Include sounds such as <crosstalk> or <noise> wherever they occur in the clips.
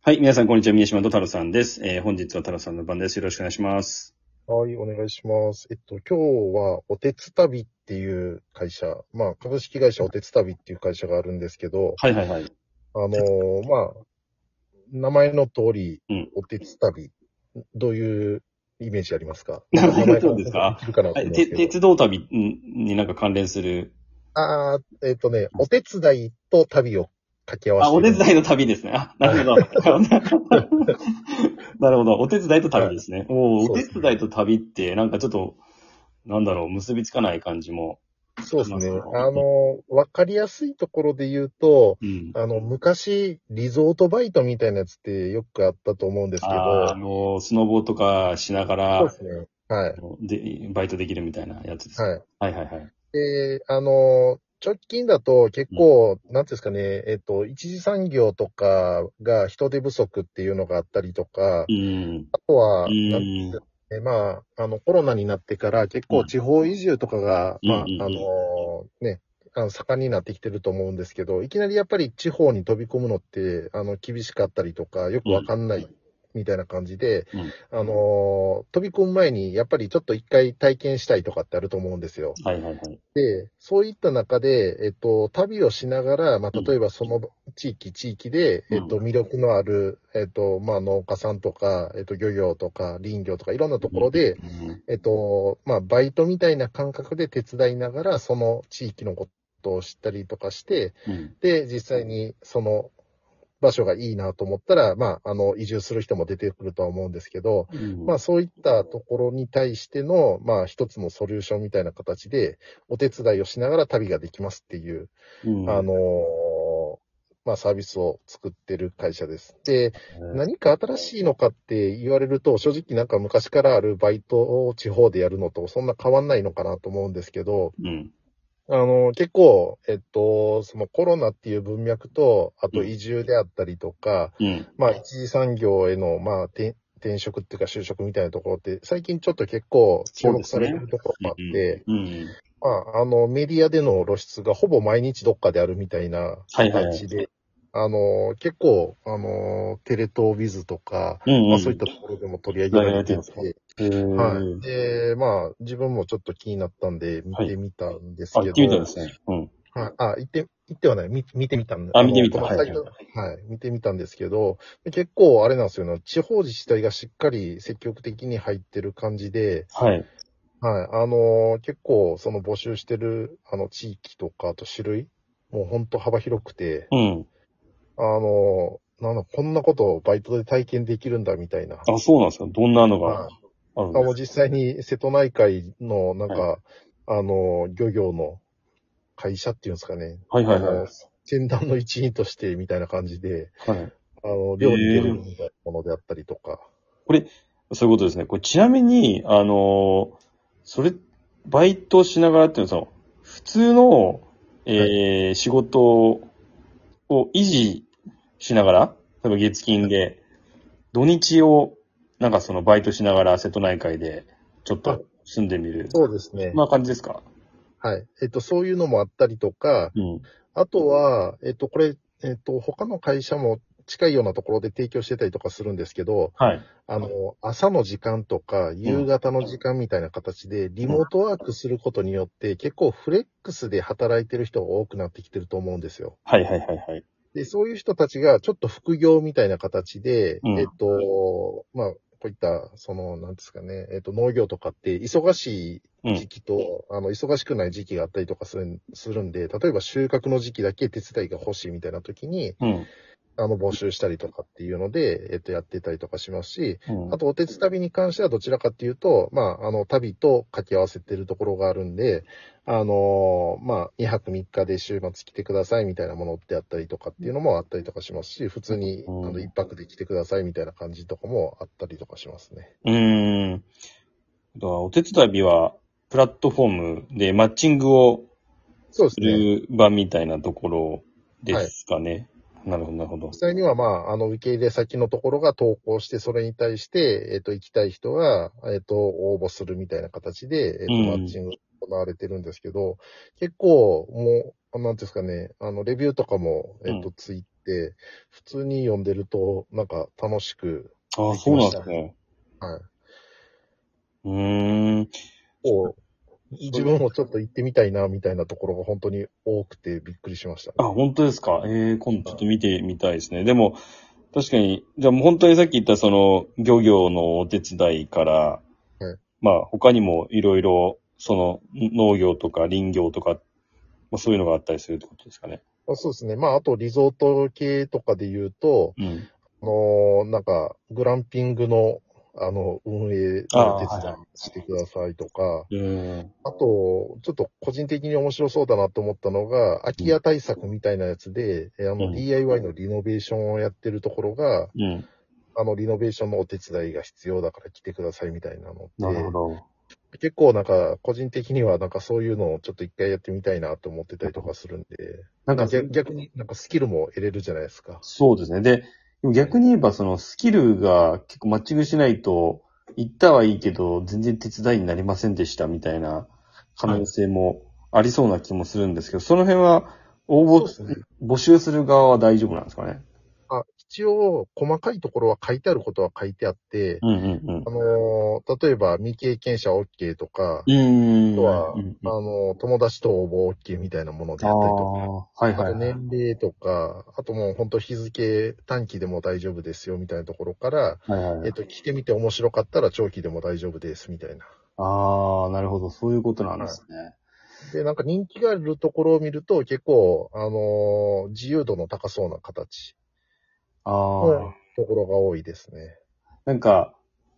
はい、皆さん、こんにちは。宮島と太郎さんです。えー、本日は太郎さんの番です。よろしくお願いします。はい、お願いします。えっと、今日は、おてつたびっていう会社、まあ、株式会社おてつたびっていう会社があるんですけど、はいはいはい。あのーまあ、名前の通りうん、おてつたび、どういうイメージありますかなるほど名前がそうですかできるかなとは思うい、んでてすけど。鉄道旅んになんか関連する。あーえっとね、お手伝いと旅を掛け合わせあ、て。お手伝いの旅ですね。あ、なるほど。 <laughs> なるほど。お手伝いと旅ですね。おーそおうで手すね伝いと旅って、なんかちょっと、なんだろう、結びつかない感じも。そうですねします。かあのーわかりやすいところで言うと、うん。あの、昔、リゾートバイトみたいなやつってよくあったと思うんですけあーどあ、の、スノボとかしながそうらで、すね。はい。で、バイトできるみたいなやつです。はい。はいはいはい。で、あの、直近だと結構、なんていうんですかね、えっと、一次産業とかが人手不足っていうのがあったりとかう、ん。あとは、うなんていうんん。ですかねまあ、あの、コロナになってから結構地方移住とかが、うんまあ、うんうんあの、ね、あの盛んになってきてると思うんですけど、いきなりやっぱり地方に飛び込むのって、あの、厳しかったりとか、よくわかんないみたいな感じで、あの、飛び込む前にやっぱりちょっと一回体験したいとかってあると思うんですよ。はいはいはい。で、そういった中で、えっと、旅をしながら、まあ、うん例えばその地域、地域で、うんえっと、魅力のある、えっと、まあ、農家さんとか、えっと、漁業とか、林業とか、いろんなところで、うん、えっと、まあ、バイトみたいな感覚で手伝いながら、その地域のことを知ったりとかして、うん。で、実際にその場所がいいなと思ったら、まあ、あの、移住する人も出てくるとは思うんですけど、うんまあそういったところに対しての、まあ一つのソリューションみたいな形で、お手伝いをしながら旅ができますっていう、うんあのーまあサービスを作ってる会社です。で、うん何か新しいのかって言われると、正直なんか昔からあるバイトを地方でやるのとそんな変わんないのかなと思うんですけど、うん。あのー結構、えっと、そのコロナっていう文脈と、あうとん移住であったりとか、うん。まあ、一次産業への、まあ、転転職っていうか就職みたいなところって、最近ちょっと結構注目されてるところもあって、うん。まあ、あの、メディアでの露出がほぼ毎日どっかであるみたいなはいはいはい形で、あの、結構、あの、テレ東ウィズとか、うんうん。まあ、そういったところでも取り上げられてい取りて、うんはい。で、まあ、自分もちょっと気になったんで、見てみたんですあ、け行っど、てみたんですね。うん。はい、あ、行って、行ってはない。見見てみたんであの見てみたこのはいサイトはい。見てみたんですけど、結構あれなんですよね。地方自治体がしっかり積極的に入ってる感じで、はい。はい。あのー結構その募集してる、あの、地域とか、あと種類、もうほんと幅広くて、うん。あのーなんだ、こんなことをバイトで体験できるんだ、みたいな。あ、そうなんですか。どんなのがはいあるんあもでうす実際に瀬戸内海の、なんか、はあのー漁業の会社っていうんですかね。かはいはいあはの、先端の一員としてみたいな感じで、い。はい。あの、漁に出るみたいなものであったりとか。そういうことですね。これちなみに、あの、それ、バイトしながらっていうのはさ、普通の、えー、仕事を維持しながら、例えば月金で、土日を、なんかそのバイトしながら瀬戸内海で、ちょっと住んでみる。そうですねそん。な感じですかはい。えっと、そういうのもあったりとか、うん。あとは、えっと、これ、えっと、他の会社も近いようなところで提供してたりとかするんですけど、はい。あの、朝の時間とか、夕方の時間みたいな形で、リモートワークすることによって、結構フレックスで働いてる人が多くなってきてると思うんですよ。はいはいはいはい。で、そういう人たちがちょっと副業みたいな形で、うんえっと、まあ、こういった、その、なんですかね、えっと、農業とかって忙しうい時ん。期と、あの、忙しくない時期があったりとかするんするんで、例えば収穫の時期だけ手伝いが欲しいみたいな時に、うん。あの、募集したりとかっていうので、えっと、やってたりとかしますし、うんあと、お手伝いに関してはどちらかっていうと、まあ、あの、旅と掛け合わせてるところがあるんで、あのーまあ、2泊3日で週末来てくださいみたいなものってあったりとかっていうのもあったりとかしますし、普通に、あうんの、1泊で来てくださいみたいな感じとかもあったりとかしますね。うーん。あとはお手伝いは、プラットフォームでマッチングをそうですすね。る場みたいなところですかね。なるほど、なるほど。実際には、まあ、あの、受け入れ先のところが投稿して、それに対して、えっと、行きたい人が、えっと、応募するみたいな形で、えっと、うんマッチングが行われてるんですけど、結構、もう、なんていうんですかね、あの、レビューとかも、えっうと、ツイッて、普通に読んでると、なんか楽しく、ああ、そうなんですね。はい。うーん。こう、自分もちょっと行ってみたいな、みたいなところが本当に多くてびっくりしました、あ、ね。本当ですか。ええ今度ちょっと見てみたいですね。でも、確かに、じゃあもう本当にさっき言ったその、漁業のお手伝いから、はいまあ他にもいろいろ、その、農業とか林業とか、まあそういうのがあったりするってことですかね。あそうですね。まあ、あとリゾート系とかで言うと、うん。あのなんか、グランピングの、あの、運営のお手伝いしてくださいとか、うん。あと、ちょっと個人的に面白そうだなと思ったのが、空き家対策みたいなやつで、えあうの、ん DIY のリノベーションをやってるところが、うん。あの、リノベーションのお手伝いが必要だから来てくださいみたいなのなるほで、ど。結構なんか、個人的にはなんかそういうのをちょっと一回やってみたいなと思ってたりとかするんで、なんなかんか、逆逆になんかスキルも得れるじゃないですか。そうですね。で、でも逆に言えば、そのスキルが結構マッチングしないと、行ったはいいけど、全然手伝いになりませんでしたみたいな可能性もありそうな気もするんですけど、その辺は応募、そうですね募集する側は大丈夫なんですかね。あ一応、細かいところは書いてあることは書いてあって、うんうんあのー例えば未経験者 OK とか、うん。あとはうんあのー友達と応募 OK みたいなものであああったりとか、ー、はいあはいとはい。年齢とか、あともう本当日付短期でも大丈夫ですよみたいなところから、はいはいはえいっと、来てみて面白かったら長期でも大丈夫ですみたいな。ああ、なるほど。そういうことなんですね。で、なんか人気があるところを見ると結構、あのー自由度の高そうな形、あはあい。ところが多いですね。なんか、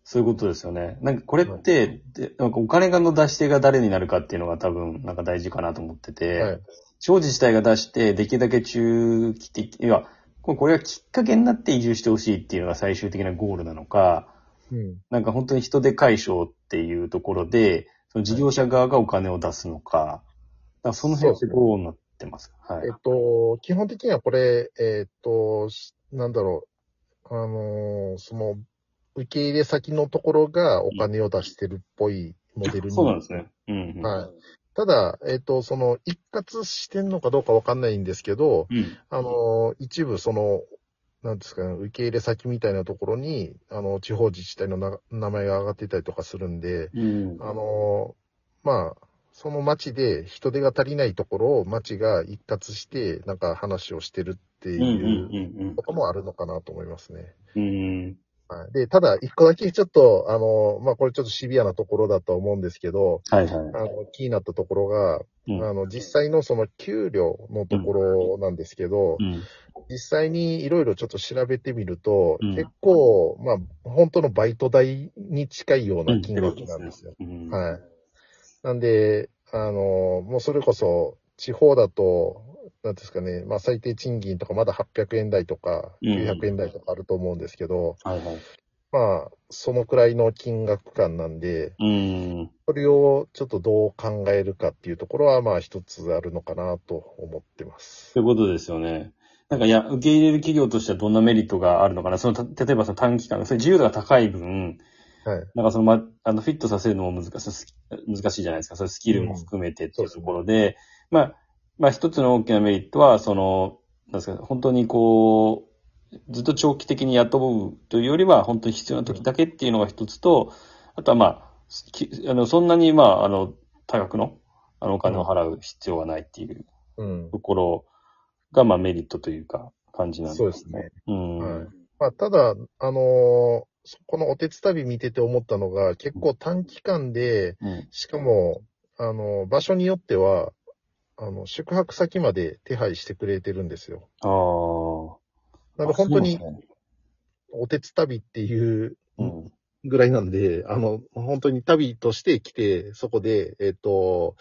そういうことですよね。なんかこれって、でなんかお金の出し手が誰になるかっていうのが多分、なんか大事かなと思ってて、はい地方自治体が出して、できるだけ中期的、いや、これこれがきっかけになって移住してほしいっていうのが最終的なゴールなのか、うん。なんか本当に人手解消っていうところで、その事業者側がお金を出すのか、だからその辺ってどうなってますかはいえ。っと、基本的にはこれ、えっと、しなんだろう、あのーその、受け入れ先のところがお金を出してるっぽいモデルに。そうなんですね。うん、うん。はい。ただ、えっと、その、一括してんのかどうかわかんないんですけど、うん。あのー一部その、なんですかね、受け入れ先みたいなところに、あの、地方自治体のな名前が上がってたりとかするんで、うん。あのーまあ、その町で人手が足りないところを町が一括して、なんか話をしてるってうん、うん、いううんこともあるのかなと思いますね。うん。うん。はい、で、ただ、一個だけちょっと、あのーまあ、これちょっとシビアなところだと思うんですけど、はい、はい。あの、気になったところが、うんあの、実際のその給料のところなんですけど、うん。実際にいろいろちょっと調べてみると、うん結構、まあ、本当のバイト代に近いよううなん金額なんですよ。。うんはい。なんで、あの、もうそれこそ、地方だと、なんですかね、まあ最低賃金とかまだ800円台とか、うん900円台とかあると思うんですけど、はいはい。まあ、そのくらいの金額感なんで、うん。それをちょっとどう考えるかっていうところは、まあ一つあるのかなと思ってます。そういうことですよね。なんか、いや、受け入れる企業としてはどんなメリットがあるのかな。その、た例えばその短期間、それ自由度が高い分、はい。なんかその、ま、あの、フィットさせるのも難しい、スキ難しいじゃないですか。そのスキルも含めてっていうところで、まあ、まあ一つの大きなメリットは、その、なんですか、本当にこう、ずっと長期的に雇うというよりは、本当に必要な時だけっていうのが一つと、あとはまあ、きあのそんなにまあ、あの、多額の、あの、お金を払う必要はないっていううん。ところが、まあ、メリットというか、感じなんですそうね。ですね。うん。はいまあ、ただ、あのーそこのお手伝い見てて思ったのが、結構短期間で、うん。しかも、あの、場所によっては、あの、宿泊先まで手配してくれてるんですよ。あーあ。なので、本当そにうなんですねお手伝いっていううん。ぐらいなんで、あの、本当に旅として来て、そこで、えっ、と、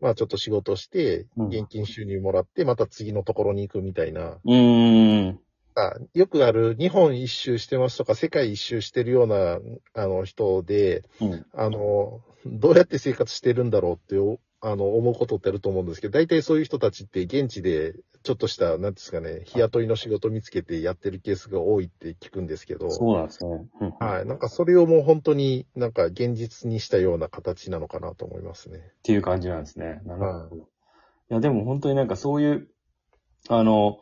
まあちょっと仕事して、うん現金収入もらって、また次のところに行くみたいな、うーん。あよくある日本一周してますとか、世界一周してるような、あの、人で、うん。あの、どうやって生活してるんだろうってお、あの、思うことってあると思うんですけど、大体そういう人たちって現地で、ちょっとした、なんですかね、日雇いの仕事見つけてやってるケースが多いって聞くんですけど、そうなんですね。うんっはい。なんかそれをもう本当になんか現実にしたような形なのかなと思いますね。ていう感じなんですね。なるほど。いや、でも本当になんかそういう、あの、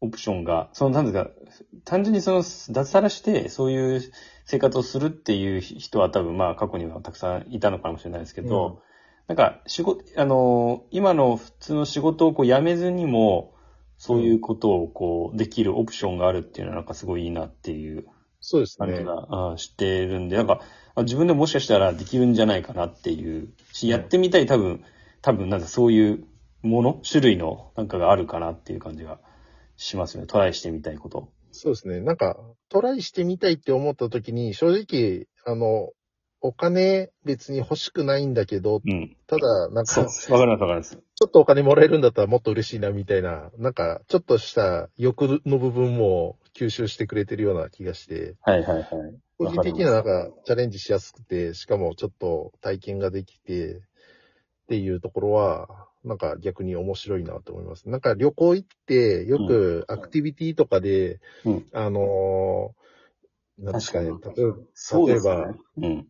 オプションが、その、なんですか、単純にその、脱サラして、そういう生活をするっていう人は多分、まあ、過去にはたくさんいたのかもしれないですけど、なんか、仕事、あのー、今の普通の仕事をこう辞めずにも、そういうことをこう、できるオプションがあるっていうのは、なんかすごいいいなっていうそうです感じね。が、あーしてるんで、なんか、あ自分でももしかしたらできるんじゃないかなっていうし、うんやってみたい多分、多分なんかそういうもの、種類のなんかがあるかなっていう感じがしますよね。トライしてみたいこと。そうですね。なんか、トライしてみたいって思った時に、正直、あの、お金別に欲しくないんだけど、うん。ただ、なんそうかで、す。 <laughs> わかりますわかります。ちょっとお金もらえるんだったらもっと嬉しいなみたいな、なんか、ちょっとした欲の部分も吸収してくれてるような気がして、はいはいはい。個人的にはなんか、チャレンジしやすくて、しかもちょっと体験ができて、っていうところは、なんか逆に面白いなと思います。なんか旅行行って、よくアクティビティとかで、うんあのー、なんですかね、確か例えば、そうですね例えば。うん。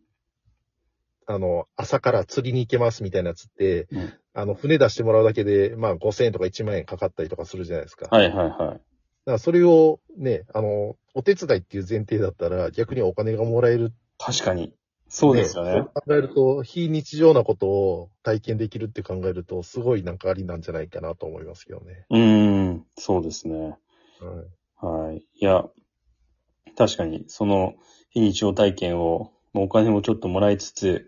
あの、朝から釣りに行けますみたいなやつって、うんあの、船出してもらうだけで、まあ5000円とか1万円かかったりとかするじゃないですか。はいはいはい。だからそれをね、あの、お手伝いっていう前提だったら、逆にお金がもらえる。確かに。そうですよね。考えると、非日常なことを体験できるって考えると、すごいなんかありなんじゃないかなと思いますけどね。うーん。そうですね。はいはい。いや、確かに、その非日常体験を、まあお金もちょっともらいつつ、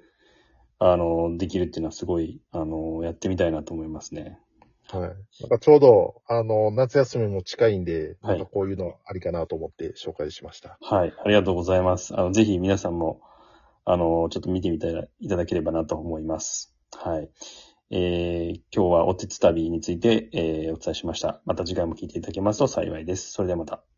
あの、できるっていうのはすごい、あの、やってみたいなと思いますね。はい。なんかちょうど、あの、夏休みも近いんで、はないんかこういうのありかなと思って紹介しました。はい。ありがとうございます。あの、ぜひ皆さんも、あの、ちょっと見てみていただければなと思います。はい。えー、今日はおてつたびについて、えーお伝えしました。また次回も聞いていただけますと幸いです。それではまた。